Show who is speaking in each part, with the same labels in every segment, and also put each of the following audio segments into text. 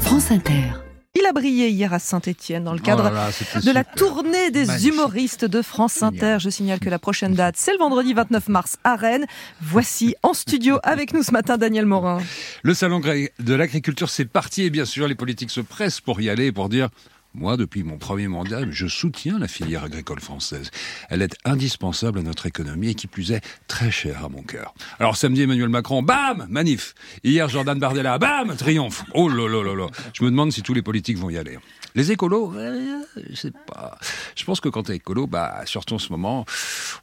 Speaker 1: France Inter.
Speaker 2: Il a brillé hier à Saint-Étienne dans le cadre
Speaker 3: Oh là là, c'était
Speaker 2: de la
Speaker 3: super.
Speaker 2: tournée des
Speaker 3: Magnifique.
Speaker 2: humoristes de France
Speaker 3: Génial.
Speaker 2: Inter. Je signale que la prochaine date, c'est le vendredi 29 mars à Rennes. Voici en studio avec nous ce matin Daniel Morin.
Speaker 3: Le salon gré- de l'agriculture, c'est parti. Et bien sûr, les politiques se pressent pour y aller et pour dire Moi, depuis mon premier mandat, je soutiens la filière agricole française. Elle est indispensable à notre économie et qui plus est, très chère à mon cœur. Alors, samedi, Emmanuel Macron, bam Manif Hier, Jordan Bardella, bam Triomphe Oh là là là là Je me demande si tous les politiques vont y aller. Les écolos, euh, je sais pas. Je pense que quand t'es écolo, bah, surtout en ce moment,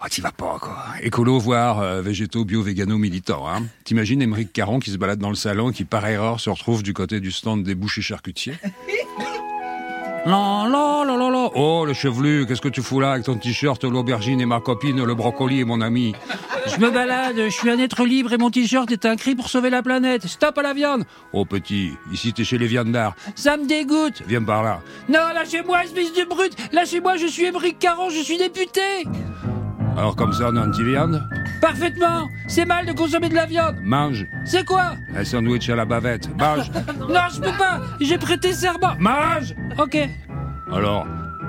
Speaker 3: ah, t'y vas pas, quoi. Écolo, voire euh, végétaux, bio, végano, militants, hein. T'imagines Émeric Caron qui se balade dans le salon et qui, par erreur, se retrouve du côté du stand des bouchers charcutiers Non, non, non, non, non. Oh, le chevelu, qu'est-ce que tu fous là avec ton t-shirt, l'aubergine et ma copine, le brocoli et mon ami Je me balade, je suis un être libre et mon t-shirt est un cri pour sauver la planète. Stop à la viande Oh, petit, ici t'es chez les viandards. Ça me dégoûte Viens par là. Non, lâchez-moi, espèce de brute Lâchez-moi, je suis Émeric Caron, je suis député alors comme ça, on est anti-viande Parfaitement C'est mal de consommer de la viande Mange C'est quoi Un sandwich à la bavette. Mange Non, je peux pas J'ai prêté serment Mange Ok. Alors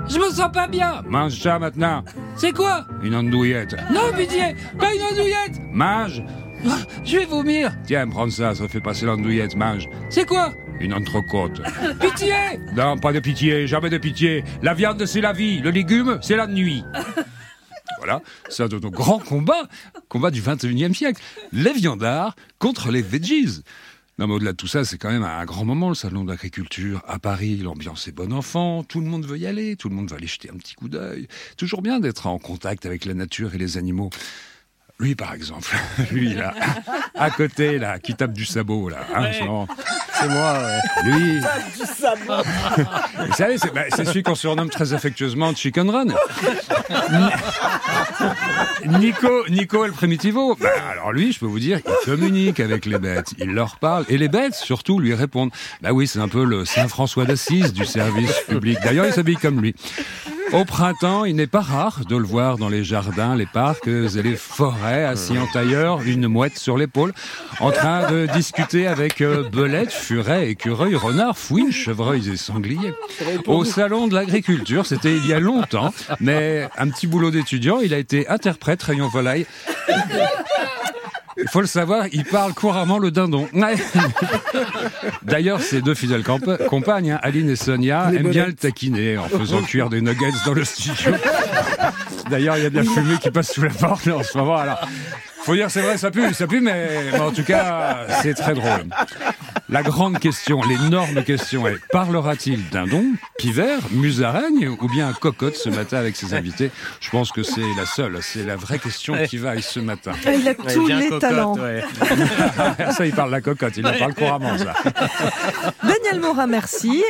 Speaker 3: Je me sens pas bien Mange ça maintenant C'est quoi Une andouillette. Non, pitié Pas une andouillette Mange Je vais vomir Tiens, prends ça, ça fait passer l'andouillette, mange C'est quoi une entrecôte. Pitié Non, pas de pitié, jamais de pitié. La viande, c'est la vie. Le légume, c'est la nuit. Voilà, c'est un de nos grands combats, combat du 21e siècle. Les viandards contre les veggies. Non, mais au-delà de tout ça, c'est quand même un grand moment, le salon de l'agriculture à Paris. L'ambiance est bonne enfant, tout le monde veut y aller, tout le monde va aller jeter un petit coup d'œil. Toujours bien d'être en contact avec la nature et les animaux. Lui, par exemple, lui, là, à côté, là, qui tape du sabot, là. hein, c'est vraiment-
Speaker 4: C'est moi, ouais.
Speaker 3: lui. Vous savez, c'est bah, c'est celui qu'on surnomme très affectueusement Chicken Run. Ni- Nico, Nico El Primitivo. Bah, alors lui, je peux vous dire, il communique avec les bêtes, il leur parle, et les bêtes surtout lui répondent. Bah oui, c'est un peu le Saint-François d'Assise du service public. D'ailleurs, il s'habille comme lui. Au printemps, il n'est pas rare de le voir dans les jardins, les parcs et les forêts, assis en tailleur, une mouette sur l'épaule, en train de discuter avec euh, belettes, furets, écureuils, renards, fouines, chevreuils et sangliers. Au salon de l'agriculture, c'était il y a longtemps, mais un petit boulot d'étudiant, il a été interprète rayon volaille. Il faut le savoir, il parle couramment le dindon. Ouais. D'ailleurs, ses deux fidèles camp- compagnes, hein, Aline et Sonia, aiment bien le taquiner en faisant cuire des nuggets dans le studio. D'ailleurs, il y a de la fumée qui passe sous la porte là, en ce moment. Alors, faut dire, c'est vrai, ça pue, ça pue, mais mais en tout cas, c'est très drôle. La grande question, l'énorme question est parlera-t-il d'un don, pivert, musaraigne ou bien cocotte ce matin avec ses invités Je pense que c'est la seule, c'est la vraie question qui vaille ce matin.
Speaker 2: Il a tous
Speaker 4: bien
Speaker 2: les
Speaker 4: cocotte,
Speaker 2: talents.
Speaker 4: ouais.
Speaker 3: Ça, il parle la cocotte, il en parle couramment, ça.
Speaker 2: Daniel Morin, merci.